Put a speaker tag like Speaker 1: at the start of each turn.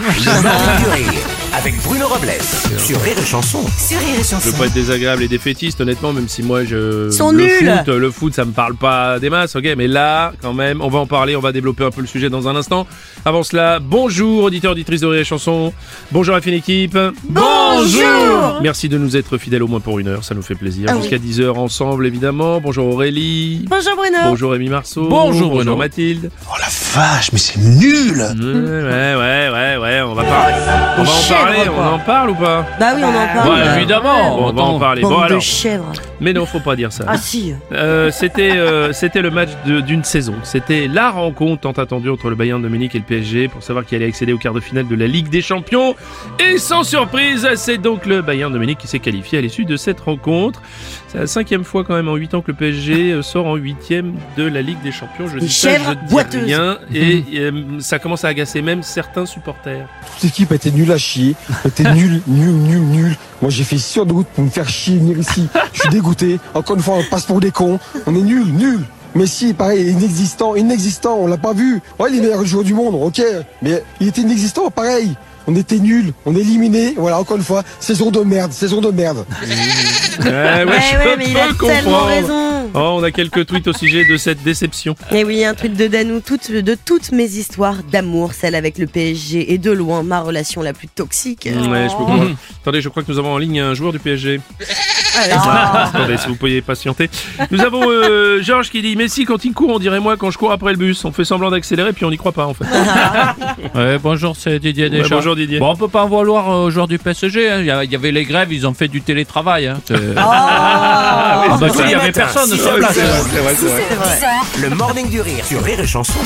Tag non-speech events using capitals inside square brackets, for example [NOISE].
Speaker 1: Les enfants du rire avec Bruno Robles sur Rire et Chanson.
Speaker 2: Sur Rire et
Speaker 3: Je
Speaker 2: Chanson.
Speaker 3: veux pas être désagréable et défaitiste, honnêtement, même si moi je.
Speaker 2: Ils sont
Speaker 3: le
Speaker 2: nuls.
Speaker 3: foot, le foot, ça me parle pas des masses, ok, mais là, quand même, on va en parler, on va développer un peu le sujet dans un instant. Avant cela, bonjour, auditeurs, auditrices de Rire et Chanson. Bonjour à fine équipe.
Speaker 2: Bonjour.
Speaker 3: Merci de nous être fidèles au moins pour une heure, ça nous fait plaisir.
Speaker 2: Ah oui.
Speaker 3: Jusqu'à 10h ensemble, évidemment. Bonjour Aurélie.
Speaker 2: Bonjour Bruno.
Speaker 3: Bonjour Rémi Marceau.
Speaker 4: Bonjour,
Speaker 3: Bonjour
Speaker 4: Bruno.
Speaker 3: Mathilde.
Speaker 1: Oh la vache, mais c'est nul
Speaker 3: Ouais, ouais, ouais, ouais, on va
Speaker 2: Ah,
Speaker 3: parler. On va en
Speaker 2: Chèvre,
Speaker 3: parler,
Speaker 2: quoi.
Speaker 3: on en parle ou pas
Speaker 2: Bah oui, on en
Speaker 3: Bah,
Speaker 2: parle.
Speaker 3: évidemment, on va en parler.
Speaker 2: Bande
Speaker 3: Bon
Speaker 2: de
Speaker 3: alors,
Speaker 2: chèvres.
Speaker 3: mais non, faut pas dire ça.
Speaker 2: Ah si.
Speaker 3: Euh, c'était euh, c'était le match de- d'une saison. C'était la rencontre tant attendue entre le Bayern de Munich et le PSG pour savoir qui allait accéder au quart de finale de la Ligue des Champions. Et sans surprise, c'est donc le Bayern de Munich qui s'est qualifié à l'issue de cette rencontre. C'est la cinquième fois quand même en huit ans que le PSG euh, sort en huitième de la Ligue des Champions. Je
Speaker 2: Des
Speaker 3: dis ça,
Speaker 2: chèvres
Speaker 3: je dis
Speaker 2: boiteuses.
Speaker 3: rien.
Speaker 2: Mhm.
Speaker 3: Et euh, ça commence à agacer même certains
Speaker 2: [LAUGHS]
Speaker 3: supporters.
Speaker 5: Toute l'équipe a été nulle à chier, a été nulle, nulle, nulle, nulle. Moi j'ai fait sur de route pour me faire chier venir ici. Je suis dégoûté. Encore une fois, on passe pour des cons. On est nuls, nuls. Messi, pareil, inexistant, inexistant, on l'a pas vu. Ouais, il est le meilleur joueur du monde, ok. Mais il était inexistant, pareil. On était nuls, on est éliminés. Voilà, encore une fois, saison de merde, saison de merde.
Speaker 3: Ouais, ouais, ben, je
Speaker 2: Eh ouais, mais il a
Speaker 3: peux
Speaker 2: tellement
Speaker 3: comprendre.
Speaker 2: raison.
Speaker 3: Oh, on a quelques tweets au sujet de cette déception.
Speaker 2: Et oui, un tweet de Danou, toutes, de toutes mes histoires d'amour, celle avec le PSG et de loin ma relation la plus toxique.
Speaker 3: Ouais, je peux comprendre. Attendez, je crois que nous avons en ligne un joueur du PSG.
Speaker 2: Ah,
Speaker 3: Ah. [LAUGHS] Attendez, si vous pouviez patienter. Nous avons euh, Georges qui dit Messi, quand il court, on dirait moi quand je cours après le bus. On fait semblant d'accélérer, puis on n'y croit pas en fait.
Speaker 4: Ouais, bonjour, c'est Didier
Speaker 3: Ouais,
Speaker 4: Deschamps.
Speaker 3: bonjour Didier.
Speaker 4: Bon, on peut pas en vouloir euh, aux joueurs du PSG. hein. Il y a- il y avait les grèves, ils ont fait du télétravail. hein. C'est-
Speaker 2: Ah,
Speaker 1: Ah,
Speaker 4: Ah bah si, il y avait personne sur place.
Speaker 2: c'est vrai.
Speaker 1: Le morning du rire sur Rire et Chanson.